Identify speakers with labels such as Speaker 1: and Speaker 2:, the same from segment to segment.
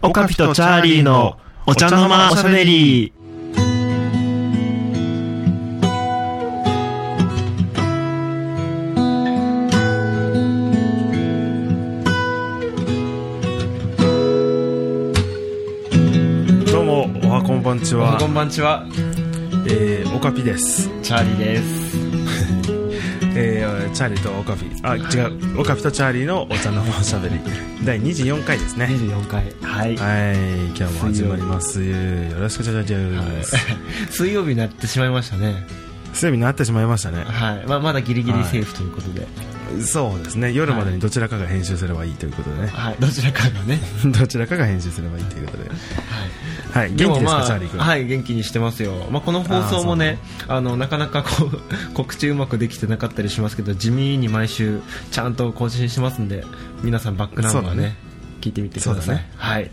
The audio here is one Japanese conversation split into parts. Speaker 1: オカピとチャーリーのお茶の間おしゃべり。
Speaker 2: どうもおはこんばんちは
Speaker 3: こんばんちは、
Speaker 2: えー、オカピです、
Speaker 3: チャーリーです。
Speaker 2: えー、チャーリーとオカピあ違うオカピとチャーリーのお茶の間おしゃべり第24回ですね
Speaker 3: 24回。はい。
Speaker 2: はい今日も始まりますよろしくお願いします、
Speaker 3: 水曜日になってしまいましたね。
Speaker 2: 水曜日になってしまいましたね
Speaker 3: はい。まあ、まだギリギリセーフということで。
Speaker 2: そうですね夜までにどちらかが編集すればいいということでね、
Speaker 3: はい。どちらかがね。
Speaker 2: どちらかが編集すればいいということで
Speaker 3: はい。
Speaker 2: はい元気ですか、
Speaker 3: もまあ、
Speaker 2: チャーリー君、
Speaker 3: はい、元気にしてますよ。まあ、この放送もね、あの、なかなかこう、 告知うまくできてなかったりしますけど、地味に毎週、ちゃんと更新してますんで、皆さんバックナンバー
Speaker 2: そう
Speaker 3: ね、
Speaker 2: だね
Speaker 3: 聞いてみてくだ
Speaker 2: そう
Speaker 3: さ
Speaker 2: だ
Speaker 3: い。
Speaker 2: ね
Speaker 3: はい。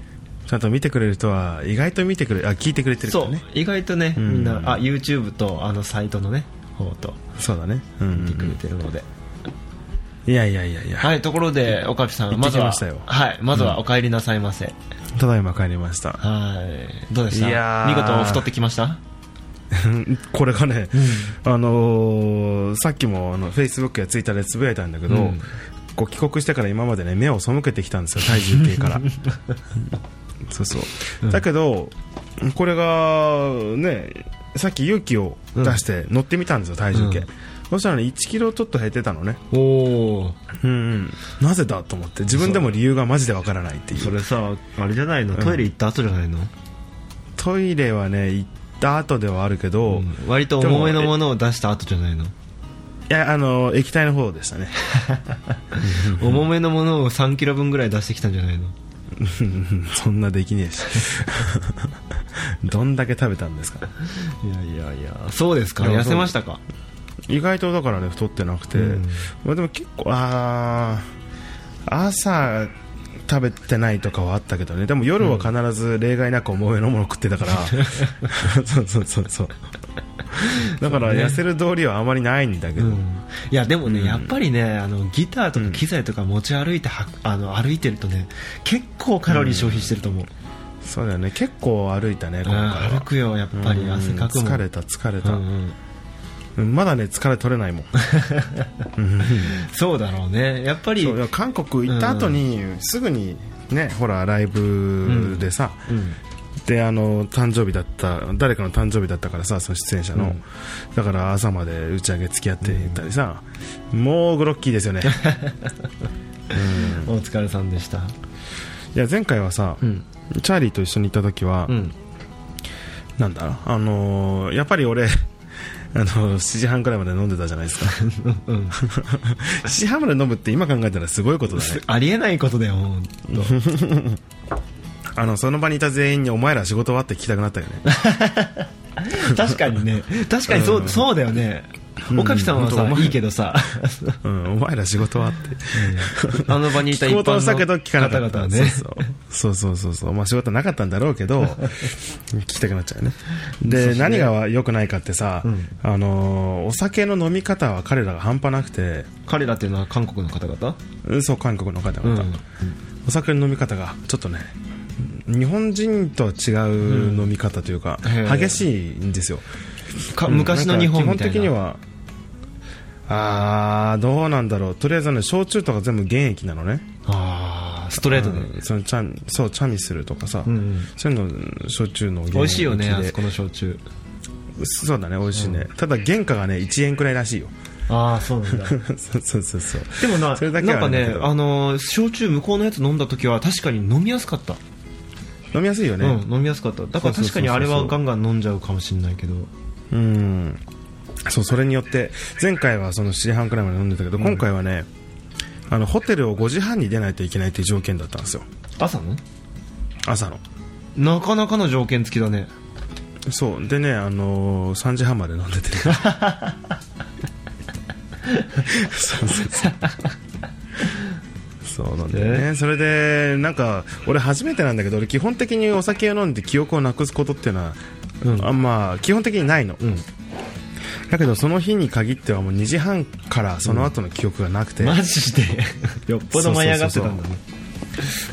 Speaker 2: ちゃんと見てくれる人は意外と見てくれあ聞いてくれてるか
Speaker 3: そ
Speaker 2: ら
Speaker 3: う
Speaker 2: ね、
Speaker 3: 意外とね、
Speaker 2: うん
Speaker 3: みんな、あ、YouTube と、あの、サイトのね、方と、
Speaker 2: そうだねうんうん
Speaker 3: 見てく
Speaker 2: う
Speaker 3: れ
Speaker 2: ん
Speaker 3: てるので。
Speaker 2: いやいやいやいや、
Speaker 3: はい、ところで、岡部さん、
Speaker 2: 行って
Speaker 3: ま
Speaker 2: き
Speaker 3: ずは
Speaker 2: ましたよ、
Speaker 3: はい、まずはお帰りなさいませ。
Speaker 2: ただいま帰りました
Speaker 3: はい、どうでした
Speaker 2: いやー
Speaker 3: 見事太ってきました
Speaker 2: うんこれがね、あのーさっきもあのフェイスブックやツイッターでつぶやいたんだけど、
Speaker 3: うん
Speaker 2: こう帰国してから今までね目を背けてきたんですよ体重計から そうそう、だけどこれがねさっき勇気を出して乗ってみたんですよ体重計、
Speaker 3: うん
Speaker 2: そしたらね1キロちょっと減ってたのね、
Speaker 3: おお
Speaker 2: うんうんなぜだと思って自分でも理由がマジでわからないっていう
Speaker 3: れさあれじゃないの
Speaker 2: トイレ
Speaker 3: 行った後じゃないの、
Speaker 2: トイレはね行った後ではあるけど、い
Speaker 3: 割と重めのものを出した後じゃないの
Speaker 2: やあの液体の方でしたね
Speaker 3: 重めのものを3キロ分ぐらい出してきたんじゃないの
Speaker 2: うんそんなできねえ しどんだけ食べたんですか
Speaker 3: いやいやいやそうですか
Speaker 2: いや
Speaker 3: 痩せましたか
Speaker 2: 意外とだからね太ってなくて、
Speaker 3: うん
Speaker 2: まあ、でも結構あー朝食べてないとかはあったけどねでも夜は必ず例外なく重めのもの食ってたから、 そうそうそうそうだから痩せる道理はあまりないんだけ
Speaker 3: う
Speaker 2: ど、
Speaker 3: んいやでもね、やっぱりねあのギターとか機材とか持ち歩いては、あの歩いてるとね結構カロリー消費してると思う、
Speaker 2: そうだよね結構歩いたね今回
Speaker 3: あー
Speaker 2: は
Speaker 3: 歩くよやっぱ
Speaker 2: う
Speaker 3: り
Speaker 2: ん
Speaker 3: 汗かくもん
Speaker 2: 疲れた疲れ
Speaker 3: う
Speaker 2: た、
Speaker 3: んうん
Speaker 2: うんまだね疲れ取れないもん
Speaker 3: そうだろうねやっぱり
Speaker 2: そうでも韓国行った後にすぐにねほらライブでさ、
Speaker 3: うん
Speaker 2: であの誕生日だった誰かの誕生日だったからさその出演者の、
Speaker 3: うん
Speaker 2: だから朝まで打ち上げ付き合っていたりさ、もうグロッキーですよ ね
Speaker 3: お疲れさんでした
Speaker 2: いや前回はさ、
Speaker 3: うん
Speaker 2: チャーリーと一緒に行った時は、
Speaker 3: うん
Speaker 2: なんだろうあのーやっぱり俺 あの7時半くらいまで飲んでたじゃないですか
Speaker 3: うん
Speaker 2: 7時半まで飲むって今考えたらすごいことだね
Speaker 3: ありえないことだよほん と
Speaker 2: あのその場にいた全員にお前ら仕事はって聞きたくなったよ ね
Speaker 3: 確かにね確かにそう,、
Speaker 2: うん
Speaker 3: そうだよね
Speaker 2: ん
Speaker 3: 岡部さんはさ、
Speaker 2: 本当お前
Speaker 3: いいけどさ
Speaker 2: うん、お前ら仕事はって
Speaker 3: あの場にいた一
Speaker 2: 聞こう
Speaker 3: 般
Speaker 2: としたけど
Speaker 3: の
Speaker 2: 聞かな
Speaker 3: 方
Speaker 2: かっ
Speaker 3: 々
Speaker 2: た
Speaker 3: はね
Speaker 2: そうそうそうそうそうまあ仕事なかったんだろうけど聞きたくなっちゃうねで何が良くないかってさ、
Speaker 3: うん
Speaker 2: あのーお酒の飲み方は彼らが半端なくて
Speaker 3: 彼らっていうのは韓国の方々
Speaker 2: うんそう韓国の方々、
Speaker 3: うん
Speaker 2: お酒の飲み方がちょっとね日本人とは違う飲み方というか、
Speaker 3: へえ
Speaker 2: 激しいんですよ
Speaker 3: か
Speaker 2: うん
Speaker 3: 昔の日本みたい
Speaker 2: 基本
Speaker 3: な
Speaker 2: 的にはああどうなんだろうとりあえずね焼酎とか全部原液なのね
Speaker 3: ああストレートで、
Speaker 2: うんそのチャミそうチャミスルとかさ、
Speaker 3: うんうん
Speaker 2: そういうの焼酎の原液
Speaker 3: 美味しいよね
Speaker 2: で
Speaker 3: あそこの焼酎
Speaker 2: そうだね美味しいね、ただ原価がね1円くらいらしいよ
Speaker 3: ああそうなん だ
Speaker 2: そうそうそうそう
Speaker 3: でもな
Speaker 2: それだけ
Speaker 3: なん
Speaker 2: は
Speaker 3: か
Speaker 2: あれだ
Speaker 3: ね
Speaker 2: けど
Speaker 3: あのー焼酎向こうのやつ飲んだ時は確かに飲みやすかった
Speaker 2: 飲みやすいよね
Speaker 3: うん、飲みやすかっただから確かにあれはガンガン飲んじゃうかもしれないけど
Speaker 2: うんそうそれによって前回はその7時半くらいまで飲んでたけど、今回はねあのホテルを5時半に出ないといけないっていう条件だったんですよ
Speaker 3: 朝の
Speaker 2: 朝の
Speaker 3: なかなかの条件付きだね
Speaker 2: そうでね、あのー、3時半まで飲ん でてそうそうそうそうなんだよね、それでなんか俺初めてなんだけど俺基本的にお酒を飲んで記憶をなくすことっていうのは、
Speaker 3: うん
Speaker 2: あんま基本的にないの、
Speaker 3: うん
Speaker 2: だけどその日に限ってはもう2時半からその後の記憶がなくて、
Speaker 3: マジでよっぽど舞い上がってたんだね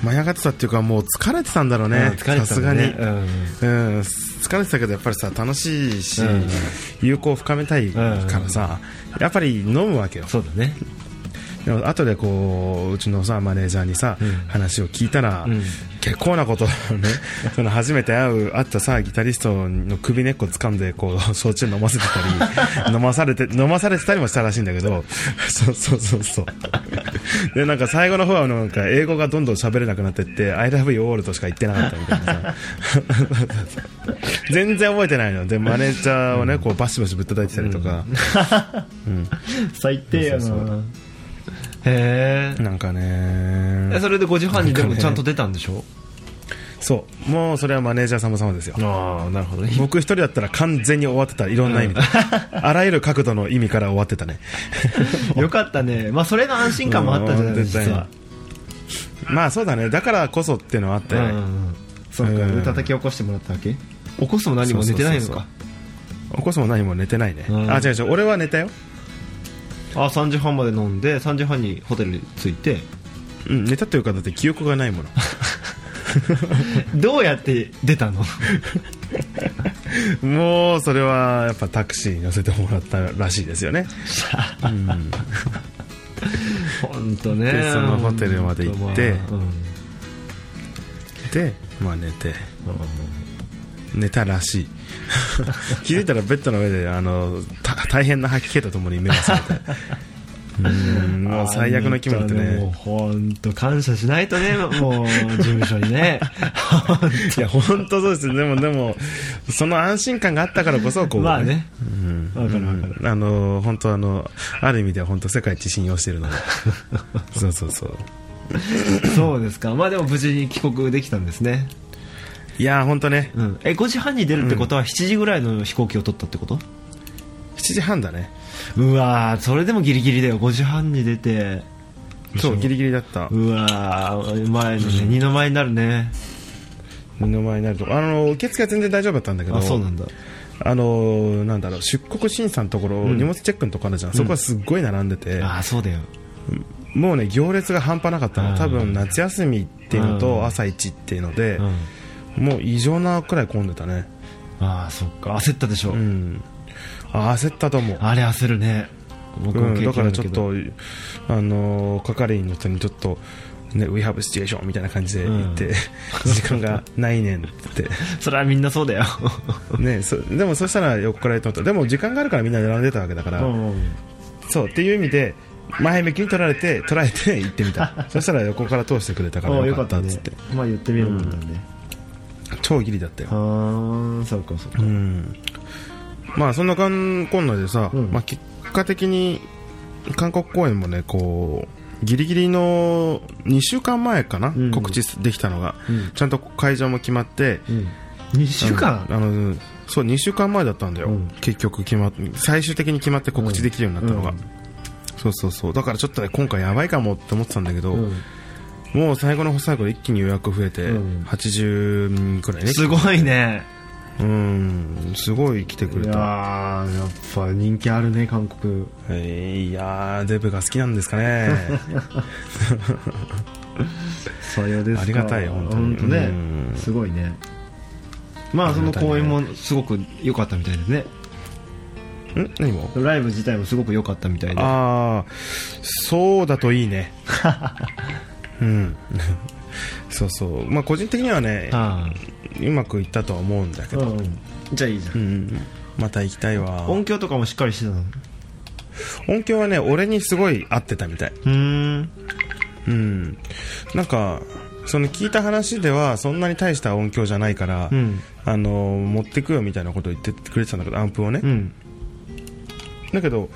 Speaker 2: まあやがってたっていうかもう疲れてたんだろう
Speaker 3: うん
Speaker 2: ね
Speaker 3: 疲れてたんだ
Speaker 2: さすがに、
Speaker 3: ねうん
Speaker 2: うん、疲れてたけどやっぱりさ楽しいし、
Speaker 3: うん
Speaker 2: 友好を深めたいからさ、やっぱり飲むわけよ
Speaker 3: そうだね
Speaker 2: でも後でこううちのさマネージャーにさ、
Speaker 3: うん
Speaker 2: 話を聞いたら、
Speaker 3: うん
Speaker 2: 結構なことだよねその初めて会う会ったさギタリストの首根っこ掴んでこう 焼酎飲ませて たり飲まされて飲まされてたりもしたらしいんだけど そうそうそうそうでなんか最後の方はなんか英語がどんどん喋れなくなってって「I love you all」としか言ってなかったみたいな さ全然覚えてないのでマネージャーをねこうバシバシぶったたいてたりとか、
Speaker 3: 最低や
Speaker 2: そうそうそ
Speaker 3: なへえ
Speaker 2: なんかね
Speaker 3: えそれで5時半にで
Speaker 2: な
Speaker 3: も
Speaker 2: んかね
Speaker 3: ちゃんと出たんでしょ
Speaker 2: そうもうそれはマネージャー様様ですよ
Speaker 3: ああなるほどね
Speaker 2: 僕一人だったら完全に終わってたいろんな意味で、 あらゆる角度の意味から終わってたね
Speaker 3: よかったねまあそれの安心感もあったじゃない
Speaker 2: うん
Speaker 3: ですか
Speaker 2: まあそうだねだからこそっていうのはあって、
Speaker 3: そうか
Speaker 2: うん
Speaker 3: で叩き起こしてもらったわけ起こすも何も寝てないのか
Speaker 2: おこそも何も寝てないね、
Speaker 3: うん
Speaker 2: あ違う違う俺は寝たよ、
Speaker 3: あ3時半まで飲んで3時半にホテルに着いて
Speaker 2: うん、寝たというかだって記憶がないも の
Speaker 3: どうやって出たの
Speaker 2: もうそれはやっぱタクシーに乗せてもらったらしいですよね
Speaker 3: 本当ね
Speaker 2: でそのホテルまで行って
Speaker 3: うんうん
Speaker 2: でまあ寝て寝たらしい 気づいたらベッドの上であのた大変な吐き気とともに目が覚 めてうーんもう最悪の気分って
Speaker 3: あんたもう
Speaker 2: ね
Speaker 3: 本当感謝しないと ねもう事務所にね
Speaker 2: いや本当そうですよでもで もその安心感があったからこそこう、
Speaker 3: まあね
Speaker 2: うん
Speaker 3: わかるわかる
Speaker 2: うんあの本当あのある意味では本当世界一信用して るのでそうそうそう
Speaker 3: そうですかまあでも無事に帰国できたんですね
Speaker 2: いや本当ね
Speaker 3: うんえ5時半に出るってことは7時ぐらいの飛行機を取ったってこと
Speaker 2: 7時半だね
Speaker 3: うわーそれでもギリギリだよ5時半に出て
Speaker 2: そうギリギリだった
Speaker 3: うわー前のね二の前になるね
Speaker 2: 目の前になるとあの受付は全然大丈夫だったんだけど
Speaker 3: あそうなんだ
Speaker 2: あのーなんだろう出国審査のところ、荷物チェックのとこあるじゃん、そこはすっごい並んでて、
Speaker 3: ああそうだよ
Speaker 2: もうね行列が半端なかった
Speaker 3: あ
Speaker 2: の
Speaker 3: ー
Speaker 2: 多分夏休みっていうの
Speaker 3: うん
Speaker 2: と朝一っていうので、
Speaker 3: うん
Speaker 2: もう異常なくらい混んでたね
Speaker 3: ああそっか焦ったでしょ
Speaker 2: うんあ焦ったと思う
Speaker 3: あれ焦るね僕
Speaker 2: う
Speaker 3: も
Speaker 2: ん、
Speaker 3: 経
Speaker 2: だか
Speaker 3: 験あ
Speaker 2: ら
Speaker 3: る
Speaker 2: ちょ
Speaker 3: け
Speaker 2: っ
Speaker 3: ど
Speaker 2: と、あのー係員の人にちょっと、ね、We have a situation みたいな感じで言って、
Speaker 3: うん
Speaker 2: 時間がないねんって
Speaker 3: それはみんなそうだよ
Speaker 2: ね、そでもそしたら横からやってもらったでも時間があるからみんな並んでたわけだから、
Speaker 3: うん
Speaker 2: そうっていう意味で前向きに取られて捉えて行ってみ たそしたら横から通してくれたから
Speaker 3: ああ
Speaker 2: よ
Speaker 3: よ
Speaker 2: か
Speaker 3: か
Speaker 2: っ
Speaker 3: ったた
Speaker 2: っ
Speaker 3: ね
Speaker 2: つって、
Speaker 3: まあ言ってみるもんだね
Speaker 2: 超ギリだったよ
Speaker 3: ああそうかそうか
Speaker 2: うんまあそんなかんこんなでさ、
Speaker 3: うん
Speaker 2: まあ、結果的に韓国公演もねこうギリギリの2週間前かな、
Speaker 3: うん
Speaker 2: 告知できたのが、
Speaker 3: うん
Speaker 2: ちゃんと会場も決まって
Speaker 3: うん2週間
Speaker 2: あのそう2週間前だったんだよ、
Speaker 3: うん
Speaker 2: 結局決まっ最終的に決まって告知できるようになったのが、
Speaker 3: うん
Speaker 2: そうそうそうだからちょっとね今回やばいかもって思ってたんだけど、
Speaker 3: うん
Speaker 2: もう最後の最後で一気に予約増えて、
Speaker 3: うん
Speaker 2: 80人くらいね
Speaker 3: すごいね
Speaker 2: うんすごい来てく
Speaker 3: い
Speaker 2: れ
Speaker 3: や
Speaker 2: た
Speaker 3: ーやっぱ人気あるね韓国
Speaker 2: えーいやーデブが好きなんですか ね
Speaker 3: さようですか
Speaker 2: ありがたい本当に
Speaker 3: 本当
Speaker 2: う
Speaker 3: ね
Speaker 2: ん
Speaker 3: すごいねまあその公演もすごく良かったみたいですね
Speaker 2: ん何も
Speaker 3: ライブ自体もすごく良かったみたいで
Speaker 2: ああそうだといい ねうん そうそうまあ個人的にはね
Speaker 3: あ
Speaker 2: うまくいったとは思うんだけ
Speaker 3: う
Speaker 2: ど、
Speaker 3: んじゃあいいじゃ
Speaker 2: うんん、また行きたいわ
Speaker 3: 音響とかもしっかりしてたの
Speaker 2: 音響はね俺にすごい合ってたみたい
Speaker 3: うん
Speaker 2: うんなんかその聞いた話ではそんなに大した音響じゃないから、
Speaker 3: うん
Speaker 2: あの持ってくよみたいなこと言ってくれてたんだけどアンプをね、
Speaker 3: うん
Speaker 2: だけど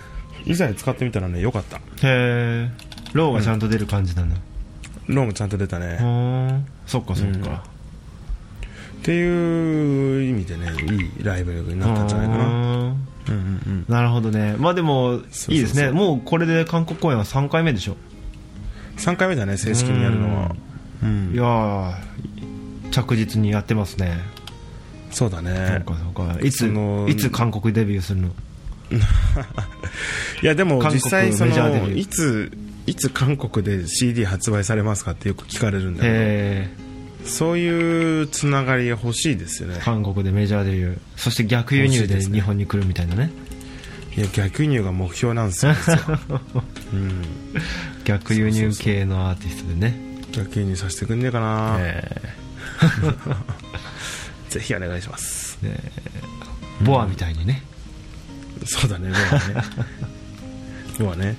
Speaker 2: 以前使ってみたらね良かった
Speaker 3: へえローがちゃんと出る感じなんだ
Speaker 2: ローもちゃんと出たね、
Speaker 3: うんそっかそっか
Speaker 2: っていう意味でねいいライブになったんじゃないかな
Speaker 3: うん
Speaker 2: うんうん
Speaker 3: なるほどねまあでも
Speaker 2: そうそうそう
Speaker 3: いいですねもうこれで韓国公演は3回目でしょ
Speaker 2: うん3回目だね正式にやるのはうん
Speaker 3: いやー着実にやってますね
Speaker 2: そうだ
Speaker 3: そう
Speaker 2: ね
Speaker 3: かそうかい
Speaker 2: そ
Speaker 3: つ
Speaker 2: の
Speaker 3: いつ韓国デビューするの
Speaker 2: いやでも
Speaker 3: 韓国
Speaker 2: 実際そ
Speaker 3: メジャーデ
Speaker 2: の
Speaker 3: ビュー
Speaker 2: いついつ韓国で CD 発売されますかってよく聞かれるんだけ
Speaker 3: え
Speaker 2: どそういうつながりが欲しいですよね
Speaker 3: ー韓国でメジャーデビューそして逆輸入で日本に来るみたいなね
Speaker 2: いや逆輸入が目標なんですよ実は うん、
Speaker 3: 逆輸入系のアーティストでね
Speaker 2: 逆輸入させてくんねえかな、
Speaker 3: え
Speaker 2: ぜひお願いします
Speaker 3: ーボアみたいにね
Speaker 2: そうだね、 ロアね。ロアね。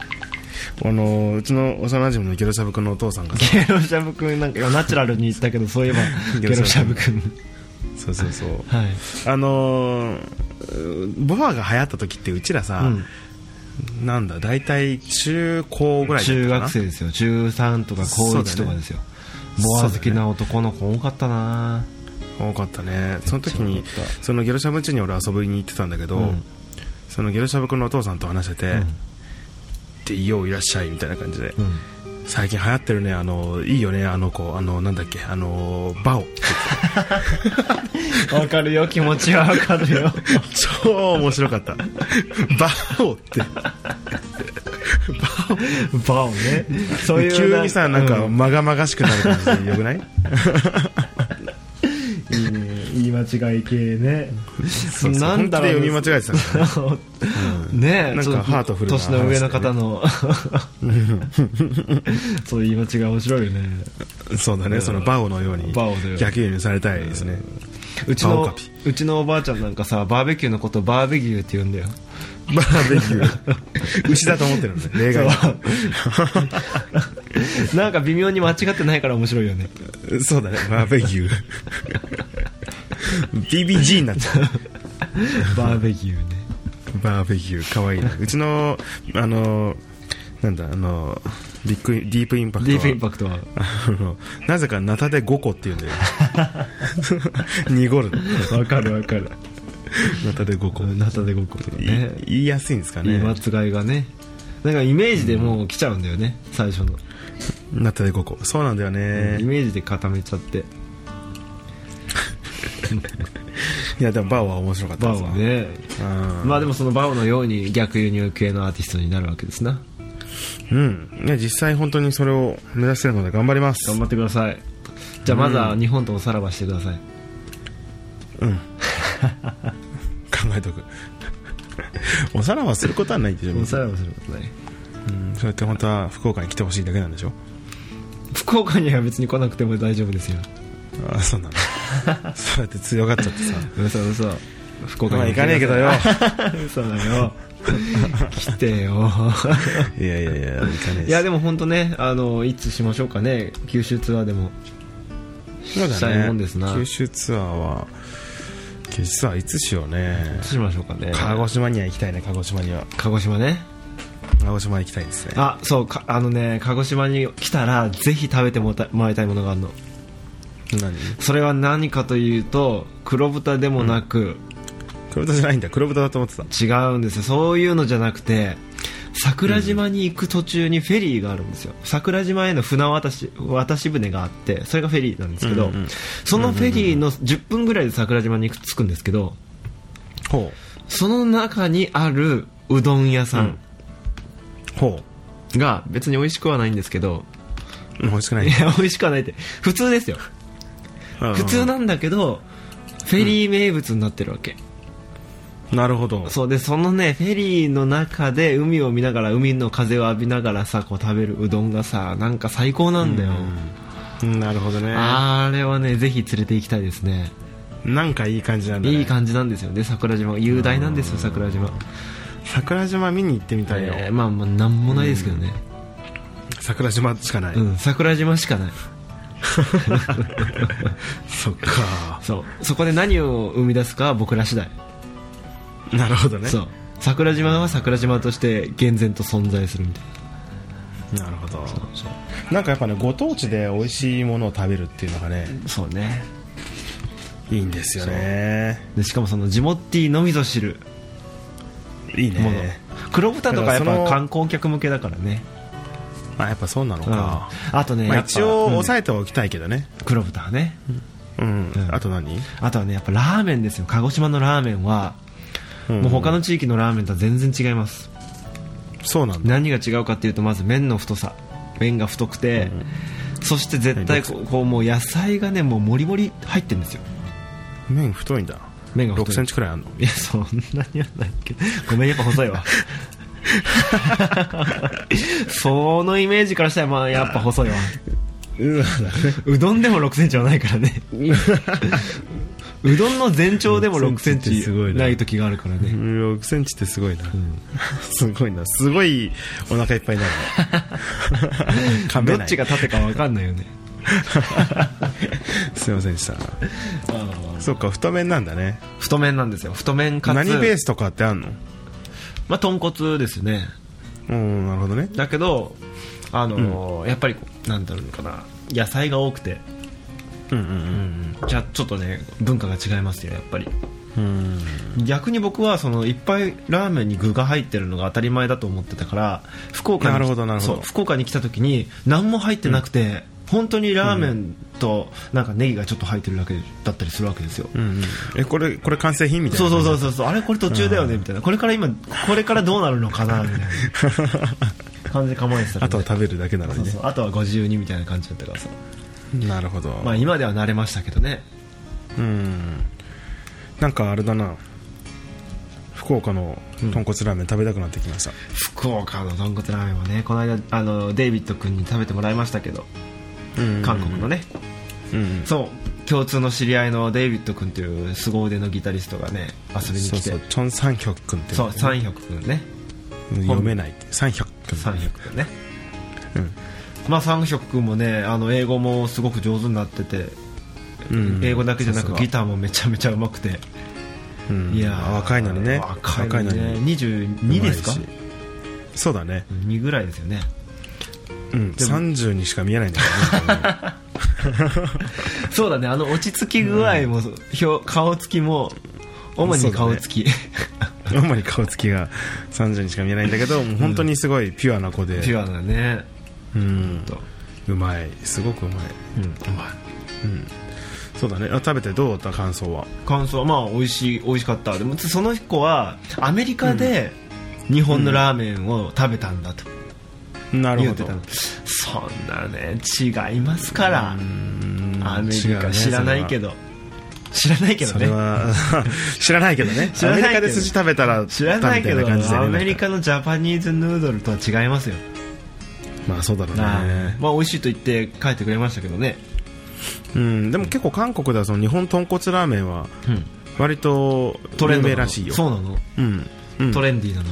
Speaker 2: あのうちの幼馴染のゲロシャブ君のお父さんがさ
Speaker 3: ゲロシャブ君なんかナチュラルに言ったけどそういえばゲ
Speaker 2: ゲ
Speaker 3: ロ
Speaker 2: ロ
Speaker 3: シ
Speaker 2: シ
Speaker 3: ャ
Speaker 2: ャ
Speaker 3: ブ
Speaker 2: ブ
Speaker 3: 君
Speaker 2: そうそうそう
Speaker 3: はい
Speaker 2: あのーボアが流行った時ってうちらさ、なんだ大体中高ぐらいだった
Speaker 3: 中
Speaker 2: かな
Speaker 3: 学生ですよ13とか高1とかですよ、
Speaker 2: そう
Speaker 3: ボ
Speaker 2: だね
Speaker 3: ア好きな男の子多かったな
Speaker 2: 多かったねその時に
Speaker 3: そうだった
Speaker 2: そのゲロシャブ家に俺遊びに行ってたんだけど、
Speaker 3: うん
Speaker 2: そのゲロシャブ君のお父さんと話してて
Speaker 3: うん
Speaker 2: 「でよういらっしゃい」みたいな感じで
Speaker 3: うん
Speaker 2: 「最近流行ってるねあのいいよねあの子あのなんだっけあのバオ」
Speaker 3: わかるよ気持ちはわかるよ
Speaker 2: 超面白かった バオって
Speaker 3: バオねそういう
Speaker 2: 急にさなんか
Speaker 3: う
Speaker 2: まがまがしくなる感じでよくない
Speaker 3: いいね言い間違い系ね
Speaker 2: そうそう
Speaker 3: なんだろう
Speaker 2: 本気で読み間違えてたから
Speaker 3: ねえ
Speaker 2: なんか
Speaker 3: ちょっと
Speaker 2: ハートフルな
Speaker 3: 年の上の方の そう言い間違い面白いよね
Speaker 2: そうだね、そのバオのように
Speaker 3: バオだよ
Speaker 2: 逆輸入されたいですね、
Speaker 3: うち
Speaker 2: バオカ
Speaker 3: の
Speaker 2: ピ
Speaker 3: うちのおばあちゃんなんかさバーベキューのことバーベキューって言うんだよ
Speaker 2: バーベキュ ー牛だと思ってるんで例外
Speaker 3: そうなんか微妙に間違ってないから面白いよね
Speaker 2: そうだねバーベキュー BBG になっちゃう
Speaker 3: バーベキューね
Speaker 2: バーベキューかわいいなうちのあのなんだあのビッグインディープインパクト
Speaker 3: ディ
Speaker 2: は
Speaker 3: ープインパクトは
Speaker 2: あのなぜかナタで5個って言うん だよ濁る
Speaker 3: わかるわかる
Speaker 2: ナタで5個、
Speaker 3: ナタでごっこね
Speaker 2: い言いやすいんですか
Speaker 3: 言い
Speaker 2: ね
Speaker 3: 間違いがねなんかイメージでもう来ちゃうんだよね最初の
Speaker 2: ナタで5個そうなんだよね、
Speaker 3: イメージで固めちゃって
Speaker 2: いやでもバオは面白かった
Speaker 3: バ
Speaker 2: です
Speaker 3: オね
Speaker 2: うん
Speaker 3: まあでもそのバオのように逆輸入系のアーティストになるわけですな
Speaker 2: うんいや実際本当にそれを目指してるので頑張ります
Speaker 3: 頑張ってくださいじゃあまずは日本とおさらばしてください
Speaker 2: うん考えとくおさらばすることはないでしょ
Speaker 3: おさらばすることない
Speaker 2: うんそうやって本当は福岡に来てほしいだけなんでしょ
Speaker 3: 福岡には別に来なくても大丈夫ですよ
Speaker 2: ああそうな のそうやって強がっちゃってさ
Speaker 3: 嘘嘘福岡
Speaker 2: まあ
Speaker 3: に
Speaker 2: 行かねえけどよ
Speaker 3: 嘘だよ 来て よ
Speaker 2: いやいやいや行かねえし
Speaker 3: いやでも本当ねあのいつしましょうかね九州ツアーでも
Speaker 2: そう
Speaker 3: し
Speaker 2: だ
Speaker 3: たい
Speaker 2: ね
Speaker 3: もんですな
Speaker 2: 九州ツアーは九州ツアーいつしようね
Speaker 3: いつしましょうかね
Speaker 2: 鹿児島には行きたいね鹿児島には
Speaker 3: 鹿児島ね
Speaker 2: 鹿児島行きたいですね
Speaker 3: あそうかあのね鹿児島に来たらぜひ食べてもらいたもらいたいものがあるの
Speaker 2: 何
Speaker 3: それは何かというと黒豚でもなく、
Speaker 2: 黒豚じゃないんだ黒豚だと思ってた
Speaker 3: 違うんですよそういうのじゃなくて桜島に行く途中にフェリーがあるんですよ桜島への船渡し渡し船があってそれがフェリーなんですけど、
Speaker 2: うんうん
Speaker 3: そのフェリーの10分ぐらいで桜島に着くんですけど
Speaker 2: ほ
Speaker 3: その中にあるうどん屋さん
Speaker 2: うほ
Speaker 3: が別に美味しくはないんですけど、
Speaker 2: う欲しくない
Speaker 3: いや美味しくはないって普通ですよ 普
Speaker 2: 普
Speaker 3: 通なんだけどフェリー名物になってるわけ、
Speaker 2: なるほど
Speaker 3: そうでそのねフェリーの中で海を見ながら海の風を浴びながらさこう食べるうどんがさなんか最高なんだよ、
Speaker 2: うんなるほどね
Speaker 3: あれはねぜひ連れて行きたいですね
Speaker 2: なんかいい感じなんだね
Speaker 3: いい感じなんですよね桜島雄大なんですよ桜島、
Speaker 2: 桜島見に行ってみたいよ
Speaker 3: えーまあまあなんもないですけどね、
Speaker 2: 桜島しかない
Speaker 3: うん、桜島しかない
Speaker 2: そっか
Speaker 3: そうそこで何を生み出すかは僕ら次第、
Speaker 2: なるほどね
Speaker 3: そう桜島は桜島として厳然と存在するみたい
Speaker 2: なるほど
Speaker 3: なそう
Speaker 2: なんかやっぱねご当地で美味しいものを食べるっていうのがね
Speaker 3: そうね
Speaker 2: いいんですよね
Speaker 3: でしかもその地元ティーのみぞ知る
Speaker 2: いい
Speaker 3: もの、
Speaker 2: ね
Speaker 3: 黒豚とかやっ
Speaker 2: だからそ
Speaker 3: ぱ
Speaker 2: の
Speaker 3: 観光客向けだからね、
Speaker 2: あやっぱそうなの
Speaker 3: うん、
Speaker 2: か
Speaker 3: あとね、
Speaker 2: まあ
Speaker 3: やっぱ
Speaker 2: 一応
Speaker 3: うん
Speaker 2: 抑えておきたいけどね
Speaker 3: 黒豚はね
Speaker 2: うん
Speaker 3: うん
Speaker 2: あと何
Speaker 3: あとはねやっぱラーメンですよ鹿児島のラーメンは、もう他の地域のラーメンとは全然違います
Speaker 2: そうなんだ
Speaker 3: 何が違うかっていうとまず麺の太さ麺が太くて、そして絶対こうこうもう野菜がねもうもりもり入ってるんですよ
Speaker 2: 麺太いんだ
Speaker 3: 麺が太
Speaker 2: 6
Speaker 3: い
Speaker 2: センチくらいあるの
Speaker 3: いやそんなにはないけどごめんやっぱ細い わそのイメージからしたらまあやっぱ細いわ
Speaker 2: うわ
Speaker 3: うどんでも6センチはないか らねうどんの全長でも6セン
Speaker 2: 6すごい
Speaker 3: チ
Speaker 2: な
Speaker 3: ない時があるからね
Speaker 2: 6センチってすごいな、 すごいなすごいお腹いっぱいになる ね噛
Speaker 3: ど
Speaker 2: め
Speaker 3: っ
Speaker 2: ない
Speaker 3: ちが縦か分かんないよね
Speaker 2: すいませんでしたそっか太麺なんだね
Speaker 3: 太麺なんですよ太麺かつ
Speaker 2: 何ベースとかってあんの
Speaker 3: まあ豚骨ですね
Speaker 2: うんなるほどね
Speaker 3: だけどあのーやっぱりこうなんだろうのかな野菜が多くて
Speaker 2: うんうん
Speaker 3: じゃあちょっとね文化が違いますよやっぱり
Speaker 2: うんうん
Speaker 3: 逆に僕はそのいっぱいラーメンに具が入ってるのが当たり前だと思ってたから福岡に
Speaker 2: なるほどなるほど
Speaker 3: そう福岡に来た時に何も入ってなくて、本当にラーメンとなんかネギがちょっと入ってるだけだったりするわけですよ、
Speaker 2: うんうんえこれこれ完成品みたい
Speaker 3: そう
Speaker 2: な
Speaker 3: そうそううそうそうあれこれ途中だよねみたいなこれから今これからどうなるのかなみたい な感じで構えてたらね
Speaker 2: あとは食べるだけなの
Speaker 3: そう
Speaker 2: にね
Speaker 3: そうあとは52みたいな感じだったからさ
Speaker 2: なるほど、
Speaker 3: まあ今では慣れましたけどね
Speaker 2: うんなんかあれだな福岡の豚骨ラーメン食べたくなってきました、
Speaker 3: 福岡の豚骨ラーメンはねこの間あのデイビッド君に食べてもらいましたけど
Speaker 2: うん
Speaker 3: 韓国のね、
Speaker 2: うんうん
Speaker 3: そう共通の知り合いのデイビッド君という凄腕のギタリストがね遊びに来
Speaker 2: そ
Speaker 3: て
Speaker 2: うそうチョン・サンヒョク君って
Speaker 3: そう三百君ね
Speaker 2: 読めないサンヒョク君
Speaker 3: 三百君ね
Speaker 2: うん
Speaker 3: まあ三百君もねあの英語もすごく上手になってて、
Speaker 2: うん
Speaker 3: 英語だけじゃな
Speaker 2: さす
Speaker 3: く
Speaker 2: が
Speaker 3: ギターもめちゃめちゃうまくて、
Speaker 2: うん
Speaker 3: いやー
Speaker 2: 若いのにね
Speaker 3: 若い
Speaker 2: 若い
Speaker 3: の
Speaker 2: の
Speaker 3: にね
Speaker 2: に
Speaker 3: 22ですか
Speaker 2: うまいしそうだね
Speaker 3: 2ぐらいですよね
Speaker 2: うん
Speaker 3: も
Speaker 2: 30にしか見えないんだけどね
Speaker 3: そうだねあの落ち着き具合 も、ひょ顔つきも主に顔つき、
Speaker 2: 主に顔つきが30にしか見えないんだけどもう本当にすごいピュアな子で
Speaker 3: ピュアだね
Speaker 2: うん
Speaker 3: と
Speaker 2: うまいすごくうまい
Speaker 3: うんうまい
Speaker 2: そうだねあ食べてどうだった感想は
Speaker 3: 感想はまあ美味しい美味しかったでもその子はアメリカで日本のラーメンを食べたんだと
Speaker 2: なる
Speaker 3: 言
Speaker 2: ほ
Speaker 3: って
Speaker 2: ど
Speaker 3: たの、そんなね違いますから
Speaker 2: うん
Speaker 3: アメリ
Speaker 2: 違う
Speaker 3: カ
Speaker 2: ね
Speaker 3: 知らないけど知らないけど
Speaker 2: それ
Speaker 3: ね
Speaker 2: は 知らないけどね
Speaker 3: 知らな
Speaker 2: ア
Speaker 3: い
Speaker 2: メリカ
Speaker 3: けど
Speaker 2: で筋食べたら
Speaker 3: 知らないけど
Speaker 2: 食べたみたいな感じだ
Speaker 3: ア
Speaker 2: よね
Speaker 3: メリカのジャパニーズヌードルとは違いますよ、
Speaker 2: まあそうだろう
Speaker 3: あ
Speaker 2: ね
Speaker 3: ーまあ美味しいと言って帰ってくれましたけどね
Speaker 2: うんでも結構韓国ではその日本豚骨ラーメンは割と
Speaker 3: トレ
Speaker 2: 有
Speaker 3: ンド
Speaker 2: 名
Speaker 3: なの
Speaker 2: らしいよ
Speaker 3: そうなの
Speaker 2: うんうん
Speaker 3: トレンディーなの、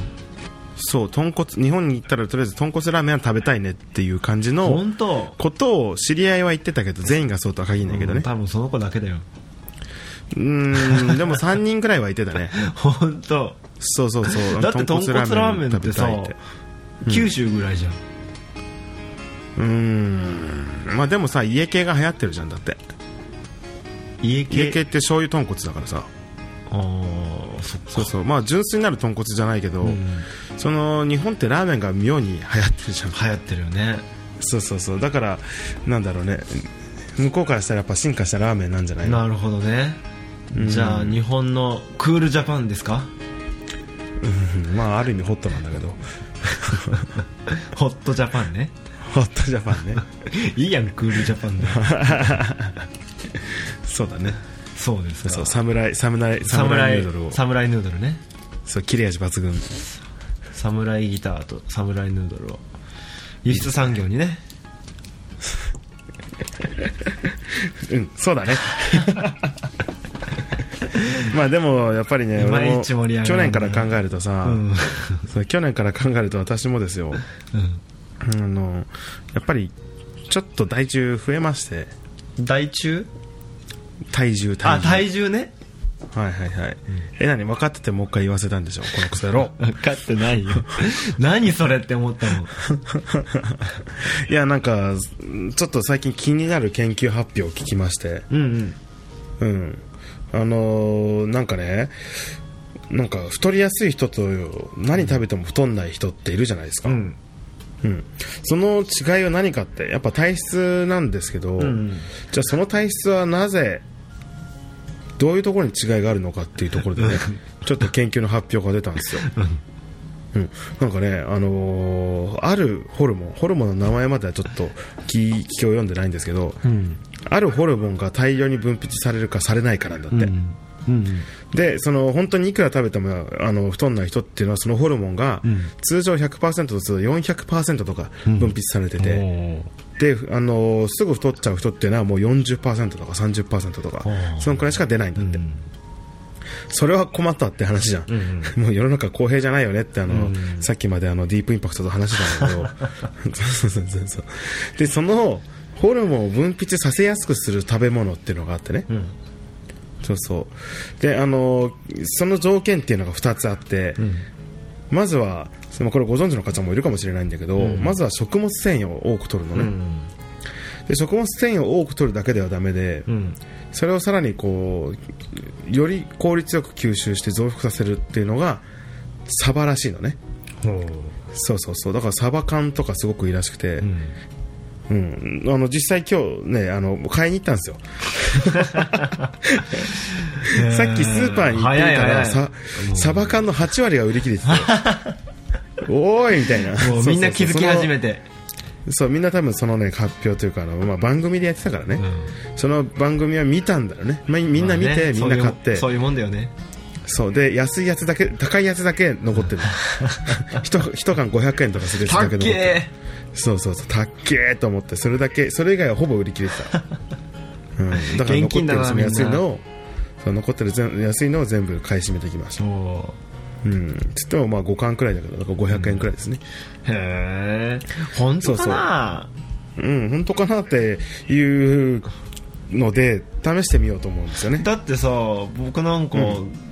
Speaker 2: そう豚骨日本に行ったらとりあえず豚骨ラーメンは食べたいねっていう感じの
Speaker 3: 本当
Speaker 2: ことを知り合いは言ってたけど全員がそうとは限らないけどね
Speaker 3: 多分その子だけだよ
Speaker 2: うんんでも3人くらいは言ってたね
Speaker 3: 本当
Speaker 2: そうそうそう
Speaker 3: だって豚骨ラーメンってさ
Speaker 2: 豚骨ラーメン食べたい
Speaker 3: 九州ぐらいじゃん
Speaker 2: うんまあでもさ家系が流行ってるじゃんだって
Speaker 3: 家
Speaker 2: 家
Speaker 3: 系
Speaker 2: 系って醤油豚骨だからさ
Speaker 3: ああそっか
Speaker 2: そうそうまあ純粋なる豚骨じゃないけど、
Speaker 3: うん
Speaker 2: その日本ってラーメンが妙に流行ってるじゃん
Speaker 3: 流行ってるよね
Speaker 2: そうそうそうだからなんだろうね向こうからしたらやっぱ進化したラーメンなんじゃないの
Speaker 3: なるほどねじゃあ日本のクールジャパンですか
Speaker 2: うんまあある意味ホットなんだけど
Speaker 3: ホットジャパンね
Speaker 2: ホットジャパンね
Speaker 3: いいやんクールジャパンで
Speaker 2: そうだね
Speaker 3: そうです
Speaker 2: そう
Speaker 3: か
Speaker 2: 侍侍侍
Speaker 3: 侍
Speaker 2: ヌードルを
Speaker 3: 侍ヌードルね
Speaker 2: そう切れ味抜群
Speaker 3: 侍ギターと侍ヌードルを輸出産業にね
Speaker 2: うんそう だねまあでもやっぱりね俺
Speaker 3: いまい
Speaker 2: も
Speaker 3: ち盛り上がらない
Speaker 2: 去年から考えるとさ、
Speaker 3: うん
Speaker 2: そう去年から考えると私もですよあのやっぱりちょっと体重増えまして
Speaker 3: 大中
Speaker 2: 体重体
Speaker 3: あ
Speaker 2: 重
Speaker 3: 体重ね
Speaker 2: はいはいはい、え何分かっててもう一回言わせたんでしょこのクソ野 郎
Speaker 3: 分かってないよ 何それって思ったもん
Speaker 2: いやなんかうんちょっと最近気になる研究発表を聞きまして
Speaker 3: うんうん
Speaker 2: うんあのーなんかねなんか太りやすい人と何食べても太んない人っているじゃないですか、
Speaker 3: うん
Speaker 2: うんその違いは何かってやっぱ体質なんですけど、
Speaker 3: ん
Speaker 2: じゃあその体質はなぜ どういうところに違いがあるのかっていうところでねちょっと研究の発表が出たんですようん、なんかね、あのーあるホルモン、ホルモンの名前まではちょっと聞聞きを読んでないんですけど、
Speaker 3: うん
Speaker 2: あるホルモンが大量に分泌されるかされないかなんだって、
Speaker 3: うんうん
Speaker 2: でその本当にいくら食べてもあの太んない人っていうのはそのホルモンが
Speaker 3: うん
Speaker 2: 通常100%とすると400%とか分泌されてて、であのすぐ太っちゃう人っていうのはもう40%とか30%とか
Speaker 3: ー
Speaker 2: そのくらいしか出ないんだって、
Speaker 3: うん
Speaker 2: それは困ったって話じゃん、 もう世の中公平じゃないよねってあの、
Speaker 3: うん
Speaker 2: さっきまであのディープインパクトと話してたんだ けどそうそうそうそうでそのホルモンを分泌させやすくする食べ物っていうのがあってね、
Speaker 3: うん
Speaker 2: そうそうであのその条件っていうのが2つあって、
Speaker 3: うん
Speaker 2: まずはそのこれご存知の方もいるかもしれないんだけど、まずは食物繊維を多く取るの
Speaker 3: う
Speaker 2: ね、
Speaker 3: ん
Speaker 2: で食物繊維を多く取るだけではダメで、
Speaker 3: うん
Speaker 2: それをさらにこうより効率よく吸収して増幅させるっていうのがサバらしいのね
Speaker 3: ほう
Speaker 2: そうそうそうだからサバ缶とかすごくいいらしくて、
Speaker 3: うん
Speaker 2: うん、あの実際今日ねあの買いに行ったん ですよさっきスーパーに行ってみた
Speaker 3: 早い早
Speaker 2: ら
Speaker 3: い
Speaker 2: さサバ缶の8割が売り切れて ておーいみたいな
Speaker 3: もうみんな気づき始め
Speaker 2: て
Speaker 3: て
Speaker 2: そうみんな多分そのね発表というかあの、まあ、番組でやってたからね、その番組は見たんだよね、まあ、みんな見て、
Speaker 3: まあね
Speaker 2: みんな買って
Speaker 3: そういうそういうもんだよね
Speaker 2: そうで安いやつだけ高いやつだけ残ってる 一一缶500円とかするやつ
Speaker 3: た
Speaker 2: だ
Speaker 3: っ
Speaker 2: け残ってる
Speaker 3: け
Speaker 2: そうそうそうたっけーと思ってそれだけそれ以外はほぼ売り切れてた、うん、だから残
Speaker 3: 現
Speaker 2: って
Speaker 3: 金だ
Speaker 2: る
Speaker 3: な
Speaker 2: その安い
Speaker 3: みんな
Speaker 2: のをそう残ってる全安いのを全部買い占めてきまし
Speaker 3: ー
Speaker 2: た
Speaker 3: も
Speaker 2: うんつってもまあ5缶くらいだけどだから500円くらいですね
Speaker 3: うへえ本当かな
Speaker 2: うん、本当かなっていうので試してみようと思うんですよね
Speaker 3: だってさ僕なんか、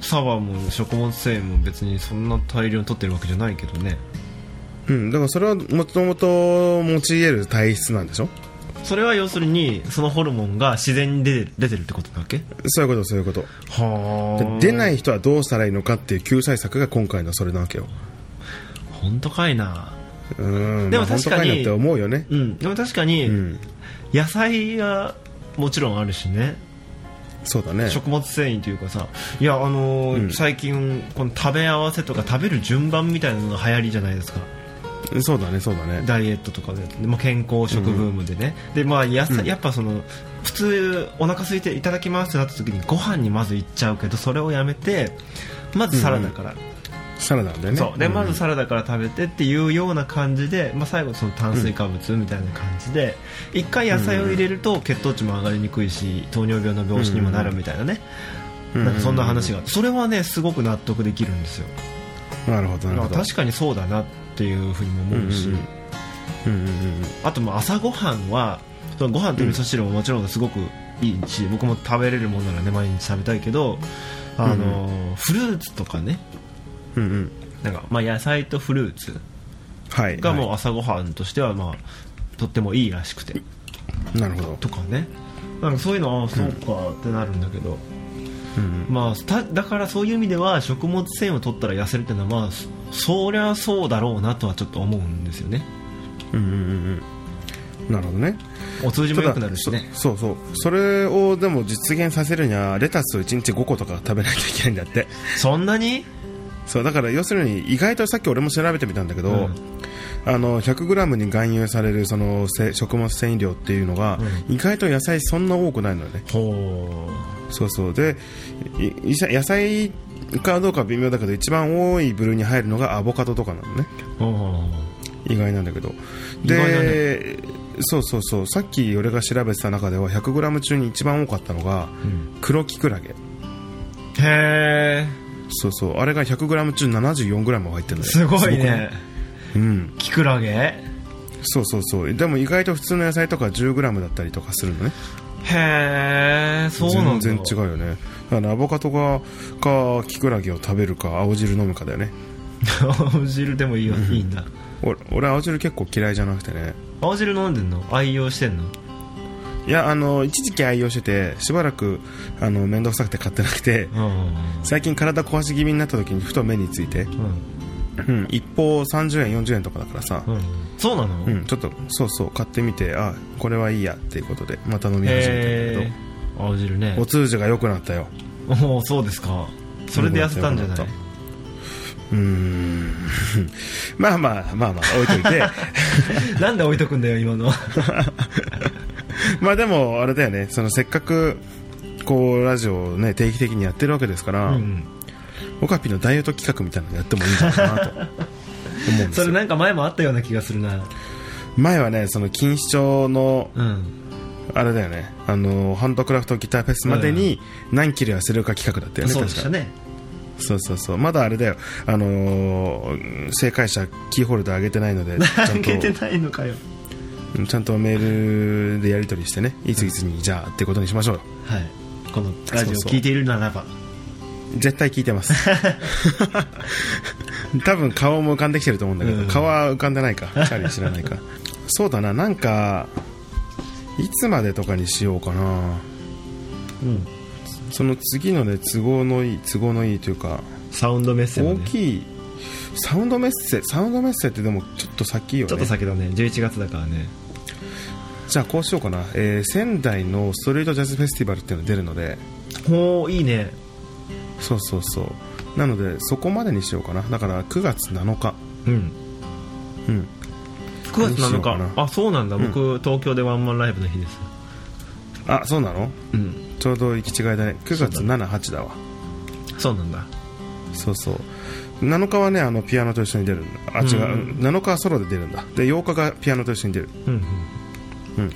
Speaker 3: サバも食物繊維も別にそんな大量に取ってるわけじゃないけどね
Speaker 2: うんだからそれはもともと用い得る体質なんでしょ
Speaker 3: それは要するにそのホルモンが自然に出て出てるってことだっけ
Speaker 2: そういうことそういうこと
Speaker 3: は
Speaker 2: で出ない人はどうしたらいいのかっていう救済策が今回のそれなわけよ
Speaker 3: 本当かいな
Speaker 2: うん
Speaker 3: でも
Speaker 2: まあ
Speaker 3: 確かに
Speaker 2: 本当いなって思うよね
Speaker 3: うんでも確かに、
Speaker 2: うん
Speaker 3: 野菜はもちろんあるしね
Speaker 2: そうだね
Speaker 3: 食物繊維というかさいやあのー
Speaker 2: うん
Speaker 3: 最近この食べ合わせとか食べる順番みたいなのが流行りじゃないですか
Speaker 2: そうだねそうだね
Speaker 3: ダイエットとかで、まあ、健康食ブームでね、でまあやさ、やっぱその普通お腹空いていただきますってなった時にご飯にまず行っちゃうけどそれをやめてまずサラダから、
Speaker 2: サラダだよね
Speaker 3: そうで
Speaker 2: ん
Speaker 3: まずサラダから食べてっていうような感じで、まあ、最後その炭水化物みたいな感じで一回野菜を入れると血糖値も上がりにくいし糖尿病の病死にもなるみたいなね、
Speaker 2: うん
Speaker 3: なんかそんな話があってそれはねすごく納得できるんですよ、
Speaker 2: なるほどなる
Speaker 3: まあ
Speaker 2: ほど
Speaker 3: 確かにそうだなっていうふうにも思うし、
Speaker 2: うんうんうんうんうん
Speaker 3: あともう朝ごはんはそのご飯と味噌汁ももちろんすごくいいし、僕も食べれるものならね毎日食べたいけどあのー、フルーツとかね
Speaker 2: うんうん
Speaker 3: なんか、まあ、野菜とフルーツ
Speaker 2: はい
Speaker 3: がもう朝ごはんとしては、まあ、とってもいいらしくて
Speaker 2: うなるほど
Speaker 3: とかねなんかそういうのはあそうかってなるんだけど、
Speaker 2: うん
Speaker 3: まあ、ただからそういう意味では食物繊維を取ったら痩せるっていうのは、まあ、そそりゃそうだろうなとはちょっと思うんですよね
Speaker 2: うんうんうんうんなるほどね
Speaker 3: お通じも良くなるした
Speaker 2: だ
Speaker 3: ね
Speaker 2: そそうそうそれをでも実現させるにはレタスを1日5個とか食べなきゃいけないんだって
Speaker 3: そんなに
Speaker 2: そうだから要するに意外とさっき俺も調べてみたんだけど、
Speaker 3: うん
Speaker 2: あの 100g に含有されるそのせ食物繊維量っていうのが、意外と野菜そんな多くないのよね
Speaker 3: ほ
Speaker 2: そうそうでいい野菜かどうかは微妙だけど一番多い部類に入るのがアボカドとかなのね
Speaker 3: うほ
Speaker 2: 意外なんだけど
Speaker 3: 意外だ
Speaker 2: で、そうそうそうさっき俺が調べてた中では 100g 中に一番多かったのが
Speaker 3: ん
Speaker 2: 黒キクラゲ
Speaker 3: うへえ
Speaker 2: そうそうあれが 100g 中 74g 入ってるんだよ
Speaker 3: すごいね
Speaker 2: うん
Speaker 3: キクラゲへ
Speaker 2: そうそうそうでも意外と普通の野菜とか 10g だったりとかするのね
Speaker 3: えそうなんだ
Speaker 2: 全然違うよねだからアボカドがかキクラゲを食べるか青汁飲むかだよね
Speaker 3: 青汁でもいいよいいんだ
Speaker 2: 俺俺青汁結構嫌いじゃなくてね
Speaker 3: 青汁飲んでんの愛用してんの
Speaker 2: いやあの一時期愛用しててしばらくあの面倒くさくて買ってなくて
Speaker 3: うん
Speaker 2: 最近体壊し気味になった時にふと目について、
Speaker 3: うん
Speaker 2: うん、一方30円40円とかだからさ、
Speaker 3: うんそうなの
Speaker 2: うん、ちょっとそうそう買ってみてあこれはいいやっていうことでまた飲み始めたんだ
Speaker 3: へ
Speaker 2: け
Speaker 3: え青汁ね
Speaker 2: どお通じが良くなったよ
Speaker 3: おおそうですかそれで痩せたんじゃない
Speaker 2: うんうーん まあまあまあまあ置いとい て
Speaker 3: なんで置いとくんだよ今の
Speaker 2: まあでもあれだよねそのせっかくこうラジオをね定期的にやってるわけですから、
Speaker 3: うん
Speaker 2: オカピのダイエット企画みたいなのやってもいいんじゃないかな と思うんです
Speaker 3: それ
Speaker 2: よ
Speaker 3: なんか前もあったような気がするな
Speaker 2: 前はねその錦糸町の
Speaker 3: うん
Speaker 2: あれだよねあのハンドクラフトギターフェスまでに何キロ痩せるか企画だったよね、
Speaker 3: そうで
Speaker 2: 確か
Speaker 3: したね
Speaker 2: そうそうそうまだあれだよあのー正解者キーホルダーあげてないのでち ゃ
Speaker 3: 関
Speaker 2: んと
Speaker 3: 係てないのかよ
Speaker 2: うんちゃんとメールでやり取りしてねいついつにじゃあってことにしましょうよ
Speaker 3: はいこのラジオを
Speaker 2: そうそう
Speaker 3: 聞いているならば
Speaker 2: 絶対聞いて ます多分顔も浮かんできてると思うんだけど、
Speaker 3: うん
Speaker 2: 顔は浮かんでないかチャーリー知らないかそうだななんかいつまでとかにしようかな
Speaker 3: うん
Speaker 2: その次のね都合のいい都合のいいというか
Speaker 3: サウンドメッセも
Speaker 2: 大
Speaker 3: ね
Speaker 2: きいサウンドメッセサウンドメッセってでもちょっと先よね
Speaker 3: ちょっと先だね11月だからね
Speaker 2: じゃあこうしようかな、えー仙台のストリートジャズフェスティバルっていうのが出るので
Speaker 3: おおいいね
Speaker 2: そうそうそうなのでそこまでにしようかなだから9月7日
Speaker 3: うん
Speaker 2: うん
Speaker 3: 9月
Speaker 2: どうしよ
Speaker 3: 7
Speaker 2: うかな
Speaker 3: 日あそうなんだ、僕東京でワンマンライブの日です
Speaker 2: あそうなの
Speaker 3: うん
Speaker 2: ちょうど行き違いだね9月78だわ
Speaker 3: そうなんだ
Speaker 2: そうそう7日はねあのピアノと一緒に出るんだあ違う、
Speaker 3: うん
Speaker 2: 7日はソロで出るんだで8日がピアノと一緒に出る
Speaker 3: うん
Speaker 2: う
Speaker 3: うんん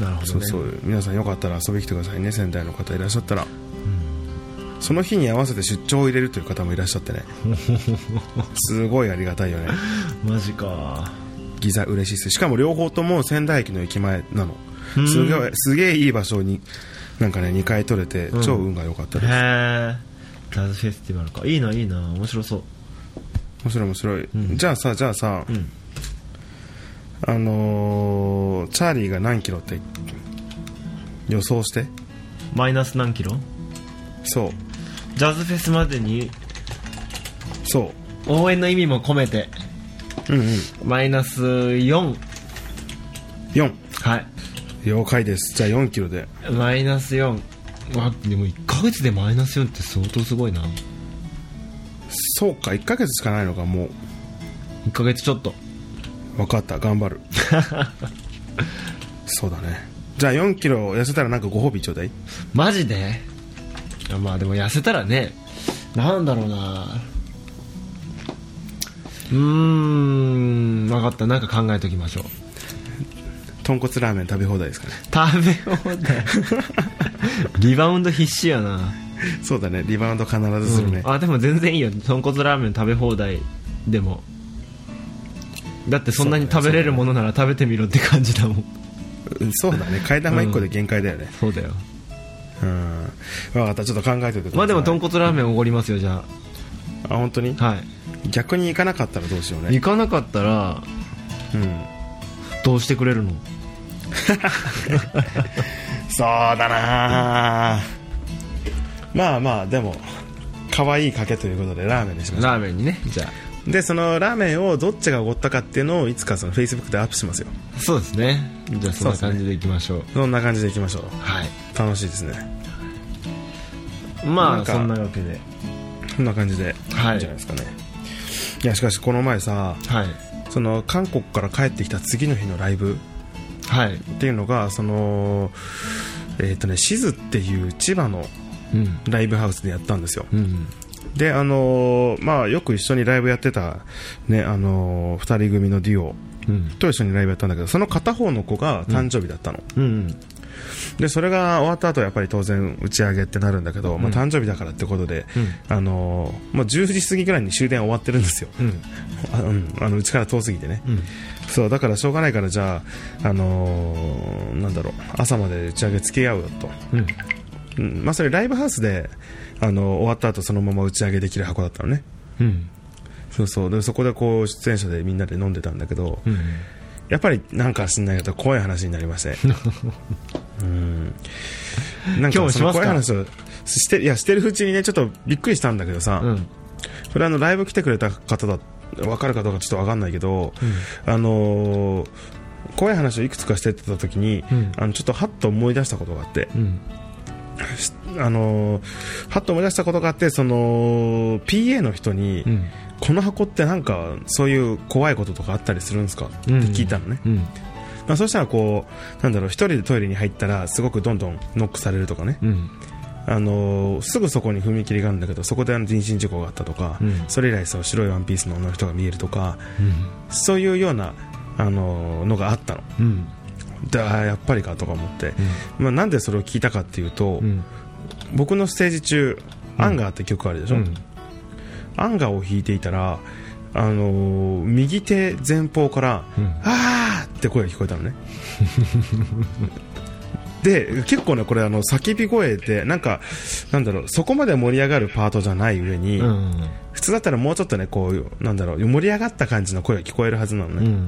Speaker 3: なるほどね
Speaker 2: そうそう、皆さんよかったら遊びに来てくださいね仙台の方いらっしゃったらその日に合わせて出張を入れるという方もいらっしゃって ねすごいありがたいよね
Speaker 3: うんマジか
Speaker 2: ギザ嬉しいですしかも両方とも仙台駅の駅前なの
Speaker 3: うん
Speaker 2: すごいすげえいい場所になんかね2回取れて
Speaker 3: ん
Speaker 2: 超運が良かった
Speaker 3: へ
Speaker 2: です、
Speaker 3: えラズフェスティバルかいいないいな面白そう
Speaker 2: 面白い面白い、
Speaker 3: ん
Speaker 2: じゃあさじゃあさ、
Speaker 3: うん
Speaker 2: あのーチャーリーが何キロって予想して
Speaker 3: マイナス何キロ
Speaker 2: そう
Speaker 3: ジャズフェスまでに
Speaker 2: そ
Speaker 3: 応援の意味も込めて
Speaker 2: ううんうん
Speaker 3: マイナス4
Speaker 2: 4
Speaker 3: はい
Speaker 2: 了解ですじゃあ4キロで
Speaker 3: マイナス4わでも1ヶ月でマイナス4って相当すごいな
Speaker 2: そうか1ヶ月しかないのかも
Speaker 3: 1ヶ月ちょっと
Speaker 2: う分かった頑 張るそうだねじゃあ4キロ痩せたらなんかご褒美ちょうだい
Speaker 3: マジであまあでも痩せたらねなんだろうなうーん分かったなんか考えときましょう
Speaker 2: 豚骨ラーメン食べ放題ですかね
Speaker 3: 食べ放題リバウンド必死やな、
Speaker 2: そうだねリバウンド必ずするね、
Speaker 3: あでも全然いいよ豚骨ラーメン食べ放題でもだってそんなに食べれるものなら食べてみろって感じだもん
Speaker 2: うんそうだね替え玉1個で限界だよね
Speaker 3: そうだよ
Speaker 2: うん、分かったちょっと考えておいてください
Speaker 3: まあでも豚骨ラーメンおごりますよじゃ
Speaker 2: あ本当に
Speaker 3: あは
Speaker 2: 逆に行かなかったらどうしよう
Speaker 3: い
Speaker 2: ね
Speaker 3: 行かなかったら
Speaker 2: うん
Speaker 3: どうしてくれるの
Speaker 2: そうだなあまあまあでも可愛い賭けということでラーメンにしましょ
Speaker 3: ラーメンにねじゃあ
Speaker 2: うでそのラーメンをどっちがおごったかっていうのをいつかその Facebook でアップしますよ
Speaker 3: そうですねじゃあそんな
Speaker 2: そうですね
Speaker 3: 感じでいきましょう
Speaker 2: そんな感じでいきましょう
Speaker 3: はい
Speaker 2: 楽しいですね
Speaker 3: ま
Speaker 2: な
Speaker 3: あ
Speaker 2: んか
Speaker 3: そんなわけで
Speaker 2: こんな感じでいいんじゃな
Speaker 3: は
Speaker 2: いいですかね、い、やしかしこの前さ
Speaker 3: はい
Speaker 2: その韓国から帰ってきた次の日のライブ
Speaker 3: はい
Speaker 2: っていうのがそのえっ、とねしずっていう千葉の
Speaker 3: うん
Speaker 2: ライブハウスでやったんですよ
Speaker 3: うん
Speaker 2: であのーまあよく一緒にライブやってたねあのー二人組のデュオ
Speaker 3: うん
Speaker 2: と一緒にライブやったんだけどその片方の子が誕生日だったの、
Speaker 3: うん
Speaker 2: でそれが終わった後やっぱり当然打ち上げってなるんだけど、まあ、誕生日だからってことで、あのーまあ、10時過ぎぐらいに終電終わってるんですよ
Speaker 3: うん
Speaker 2: あうんあのうちから遠すぎてね、そうだからしょうがないからじゃあ、あのーなんだろう朝まで打ち上げ付き合おうよと、
Speaker 3: うん
Speaker 2: うんまあ、それライブハウスで、あの終わった後そのまま打ち上げできる箱だったのね
Speaker 3: うん
Speaker 2: そうそうでそこでこう出演者でみんなで飲んでたんだけど、
Speaker 3: うん
Speaker 2: やっぱりなんか知んないけど怖い話になりまして うんなん
Speaker 3: 今日も
Speaker 2: か
Speaker 3: し
Speaker 2: その怖
Speaker 3: ます
Speaker 2: い
Speaker 3: か
Speaker 2: 話をしていやしてるうちにねちょっとびっくりしたんだけどさ、
Speaker 3: うん
Speaker 2: これあのライブ来てくれた方だ分かるかどうかちょっと分かんないけど、あのー怖い話をいくつかしてた時に、
Speaker 3: うん
Speaker 2: あのちょっとはっと思い出したことがあって
Speaker 3: うん
Speaker 2: あのーはっと思い出したことがあってその PA の人に、
Speaker 3: うん
Speaker 2: この箱ってなんかそういう怖いこととかあったりするんですかって聞いたのね、
Speaker 3: うん
Speaker 2: まあ、そうしたらこうなんだろう一人でトイレに入ったらすごくどんどんノックされるとかね、
Speaker 3: うん
Speaker 2: あのーすぐそこに踏切があるんだけどそこであの人身事故があったとか、
Speaker 3: うん
Speaker 2: それ以来そう白いワンピースの女の人が見えるとかそういうような、あのーのがあったの
Speaker 3: うん
Speaker 2: であーやっぱりかとか思って、まあ、なんでそれを聞いたかっていうと、
Speaker 3: うん
Speaker 2: 僕のステージ中「アンガー」って曲あるでしょ、
Speaker 3: うん
Speaker 2: アンガーを弾いていたら、あのー右手前方から「
Speaker 3: うん
Speaker 2: あー!」って声が聞こえたのね で結構ねこれあの叫び声でなんかなんだろうそこまで盛り上がるパートじゃない上に、
Speaker 3: うん
Speaker 2: 普通だったらもうちょっとねこうなんだろう盛り上がった感じの声が聞こえるはずなのね、
Speaker 3: うん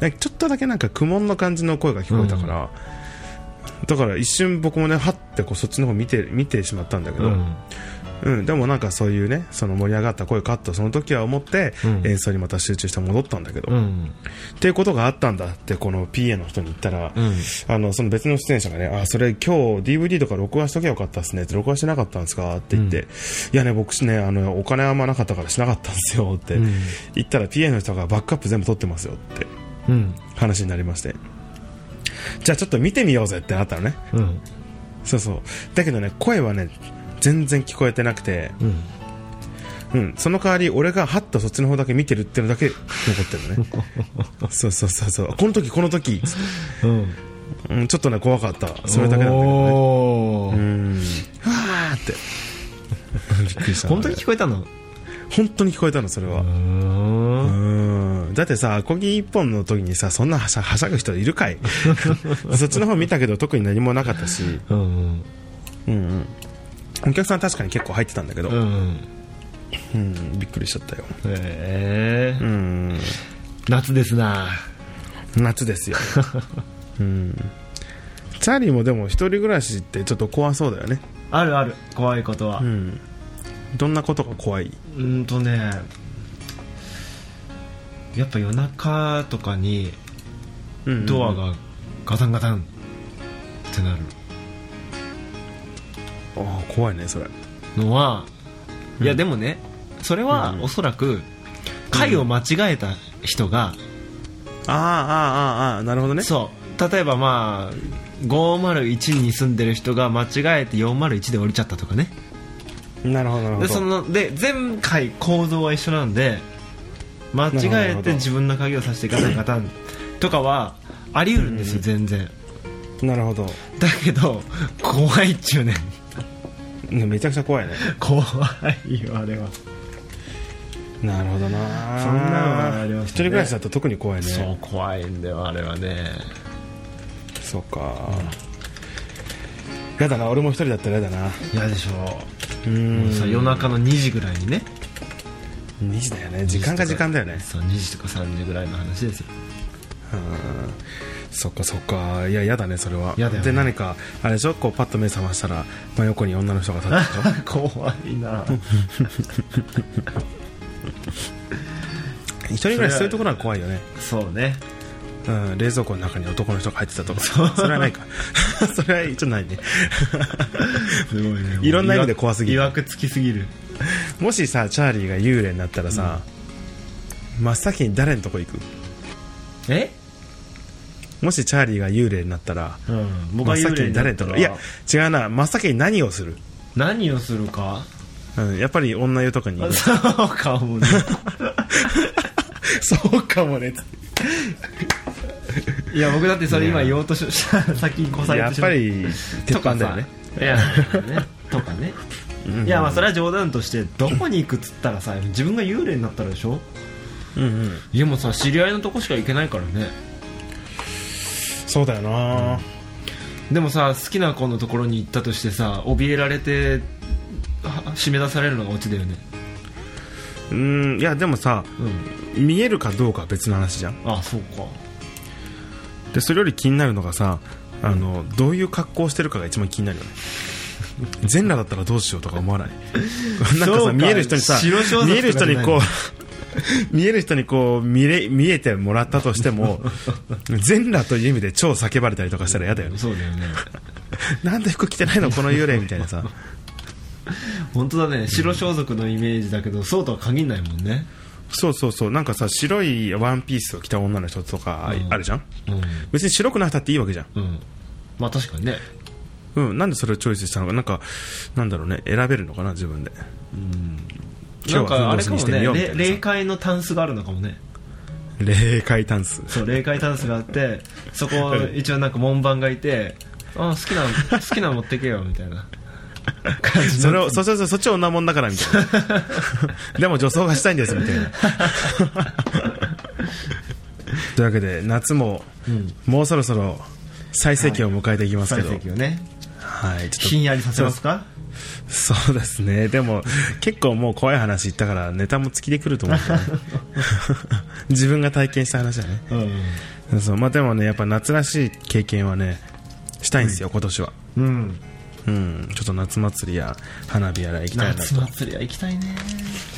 Speaker 2: なんかちょっとだけなんか苦悶の感じの声が聞こえたから、だから一瞬僕もねはってこうそっちの方見て見てしまったんだけど、うんでもなんかそういうねその盛り上がった声かとその時は思って、
Speaker 3: うん
Speaker 2: 演奏にまた集中して戻ったんだけど、
Speaker 3: う
Speaker 2: っ
Speaker 3: ん
Speaker 2: ていうことがあったんだってこの PA の人に言ったら、
Speaker 3: うん
Speaker 2: あのその別の出演者がねあそれ今日 DVD とか録画しときゃよかったですねって録画してなかったんですかって言って、いやね僕ねあのお金あんまなかったからしなかったんですよって
Speaker 3: うん
Speaker 2: 言ったら PA の人がバックアップ全部撮ってますよって
Speaker 3: うん
Speaker 2: 話になりましてじゃあちょっと見てみようぜってなったのね
Speaker 3: うん
Speaker 2: そうそうだけどね声はね全然聞こえてなくて、
Speaker 3: うん
Speaker 2: うん、その代わり俺がはっとそっちの方だけ見てるっていうのだけ残ってるのね そうそうそうそうこの時この時、つっ
Speaker 3: うん
Speaker 2: てうん、ちょっとね怖かったそれだけなんだけどね
Speaker 3: お
Speaker 2: う
Speaker 3: ー
Speaker 2: んはあって びっくりした
Speaker 3: 本当に聞こえたの
Speaker 2: 本当に聞こえたのそれは
Speaker 3: うん
Speaker 2: うんだってさ、アコギ一本の時にさ、そんなはしゃはしゃぐ人いるかい そっちの方見たけど特に何もなかったし、
Speaker 3: うん
Speaker 2: うんうん、お客さん確かに結構入ってたんだけど、
Speaker 3: う
Speaker 2: うん
Speaker 3: ん
Speaker 2: びっくりしちゃったよ、
Speaker 3: へ
Speaker 2: う
Speaker 3: え
Speaker 2: ん、
Speaker 3: 夏ですな
Speaker 2: 夏です よ、うん、チャーリーもでも一人暮らしってちょっと怖そうだよね、
Speaker 3: あるある怖いことは
Speaker 2: うん、どんなことが怖い、
Speaker 3: うんとねやっぱ夜中とかに
Speaker 2: うん
Speaker 3: ドアがガタンガタンってなる
Speaker 2: あー怖いねそれ
Speaker 3: のは、
Speaker 2: うん
Speaker 3: いやでもねそれは
Speaker 2: うん
Speaker 3: おそらく回を間違えた人
Speaker 2: あ
Speaker 3: が、
Speaker 2: ーあーあーあーなるほどね
Speaker 3: そう例えばまあ501に住んでる人が間違えて401で降りちゃったとかね
Speaker 2: なるほどなるほ
Speaker 3: で
Speaker 2: ど
Speaker 3: そので前回構造は一緒なんで間
Speaker 2: な
Speaker 3: 違
Speaker 2: る
Speaker 3: え
Speaker 2: ほ
Speaker 3: て
Speaker 2: ど
Speaker 3: 自分の鍵をさしてガタンガタンとかはあり得るんですよ全然
Speaker 2: なるほど、
Speaker 3: だけど怖いっちゅうねん
Speaker 2: ねめちゃくちゃ 怖いね
Speaker 3: 怖いよあれは
Speaker 2: なるほどな
Speaker 3: そんなのがありま
Speaker 2: 一
Speaker 3: すね
Speaker 2: 人暮らしだと特に怖いね
Speaker 3: そう怖いんだよあれはね
Speaker 2: そうか、やだな俺も一人だったらやだな
Speaker 3: 嫌でしょ
Speaker 2: う
Speaker 3: もうさ
Speaker 2: ん
Speaker 3: 夜中の2時ぐらいにね
Speaker 2: 2時だよね時間が時間だよね
Speaker 3: そう2時とか3時ぐらいの話ですよ
Speaker 2: うんそっかそっかいややだねそれは
Speaker 3: やだよ
Speaker 2: で
Speaker 3: ね
Speaker 2: 何かあれでしょこうパッと目覚ましたら真横に女の人が立ってるでし
Speaker 3: 怖い な
Speaker 2: ょ一人暮らしそういうところは怖いよね、
Speaker 3: そうね
Speaker 2: うん、冷蔵庫の中に男の人が入ってたとかそれはないか それは一応ないね
Speaker 3: すごいね
Speaker 2: いろんな意味で怖すぎる
Speaker 3: いわくつきすぎる
Speaker 2: もしさチャーリーが幽霊になったらさ、真っ先に誰のとこ行く
Speaker 3: え
Speaker 2: もしチャーリーが幽霊になったら
Speaker 3: うん僕
Speaker 2: 真
Speaker 3: は
Speaker 2: っ
Speaker 3: 幽
Speaker 2: 先
Speaker 3: 霊
Speaker 2: に
Speaker 3: にな
Speaker 2: 誰
Speaker 3: っ
Speaker 2: に
Speaker 3: た
Speaker 2: とからいや違うな真っ先に何をする、
Speaker 3: 何をするか
Speaker 2: うん、やっぱり女湯とかに 行く
Speaker 3: そうか もね
Speaker 2: そうかもね
Speaker 3: いや僕だってそれ今言おうとし 先に越され
Speaker 2: や
Speaker 3: て
Speaker 2: っ
Speaker 3: しま
Speaker 2: ぱ
Speaker 3: う
Speaker 2: り鉄
Speaker 3: とか
Speaker 2: 板だよ
Speaker 3: さ
Speaker 2: ね
Speaker 3: いやねとかねいやまあそれは冗談としてどこに行くっつったらさ自分が幽霊になったらでしょ
Speaker 2: うんうん
Speaker 3: いやもうさ知り合いのとこしか行けないからね
Speaker 2: そうだよな、
Speaker 3: でもさ好きな子のところに行ったとしてさ怯えられては締め出されるのがオチだよね
Speaker 2: うん、いやでもさ
Speaker 3: うん
Speaker 2: 見えるかどうかは別の話じゃん
Speaker 3: あそうか
Speaker 2: でそれより気になるのがさあの、どういう格好をしてるかが一番気になるよね 全裸だったらどうしようとか思わない なんか
Speaker 3: そう
Speaker 2: さ
Speaker 3: か
Speaker 2: 見える人にさ
Speaker 3: 白装束とかじゃない
Speaker 2: 見える人にこう 見える人にこう見れ見えても らったとしても全裸という意味で超叫ばれたりとかしたら嫌だよね
Speaker 3: そうだよね
Speaker 2: なんで服着てないのこの幽霊みたいなさ
Speaker 3: 本当だね白装束のイメージだけど、そうとは限らないもんね
Speaker 2: そうそうそうなんかさ白いワンピースを着た女の人とか
Speaker 3: うん
Speaker 2: あるじゃん、
Speaker 3: う
Speaker 2: 別に白くなくたっていいわけじゃん
Speaker 3: ん、うん、まあ確かにね
Speaker 2: うんなんでそれをチョイスしたのかなんかなんだろうね選べるのかな自分で
Speaker 3: な
Speaker 2: 今
Speaker 3: ん
Speaker 2: 日は
Speaker 3: かあ
Speaker 2: フンド
Speaker 3: れ
Speaker 2: ス
Speaker 3: か
Speaker 2: に
Speaker 3: も
Speaker 2: してみ
Speaker 3: ね
Speaker 2: ようみ
Speaker 3: れ
Speaker 2: たい
Speaker 3: 霊
Speaker 2: な
Speaker 3: 界のタンスがあるのかもね
Speaker 2: さ霊界タン ス
Speaker 3: そう霊界タンスが あってそこ一応なんか門番がいてあ好きなの好きなの持ってけよみた いな感じになって
Speaker 2: それをそそそそっちは女もんだからみたいな でも女装がしたいんですみたいなというわけで夏も、
Speaker 3: うん
Speaker 2: もうそろそろ最盛期を迎えていきますけ
Speaker 3: 最
Speaker 2: ど、はい
Speaker 3: 盛期をね
Speaker 2: ちょっと
Speaker 3: ひんやりさせますか
Speaker 2: そうですねでも結構もう怖い話言ったからネタも尽きてくると思うけどね 自分が体験した話だね
Speaker 3: う
Speaker 2: そうまあでもねやっぱ夏らしい経験はねしたいんですよ、今年は
Speaker 3: ん、うん、
Speaker 2: うんちょっと夏祭りや花火やら行きたいな
Speaker 3: 夏
Speaker 2: と
Speaker 3: 祭りは行きたいね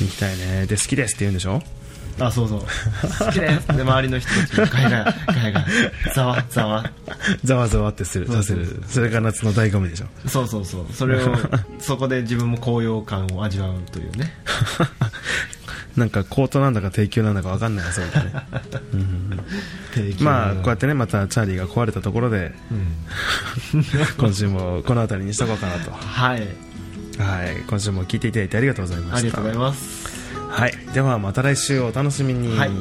Speaker 2: 行きたいねで好きですって言うんでしょ
Speaker 3: あそうそう好きですで周りの人たちがガヤガヤガヤガヤざわざわ
Speaker 2: ざわざわってするさせるそれが夏の醍醐味でしょ
Speaker 3: そうそうそうそれをそこで自分も高揚感を味わうというね
Speaker 2: なんかコートなんだか低級なんだか分かんない遊び だねまあこうやってねまたチャーリーが壊れたところで、 今週もこの辺りにしとこうかなと
Speaker 3: はい
Speaker 2: はい今週も聞いていただいてありがとうございました
Speaker 3: ありがとうございます
Speaker 2: はいではまた来週お楽しみに、
Speaker 3: はい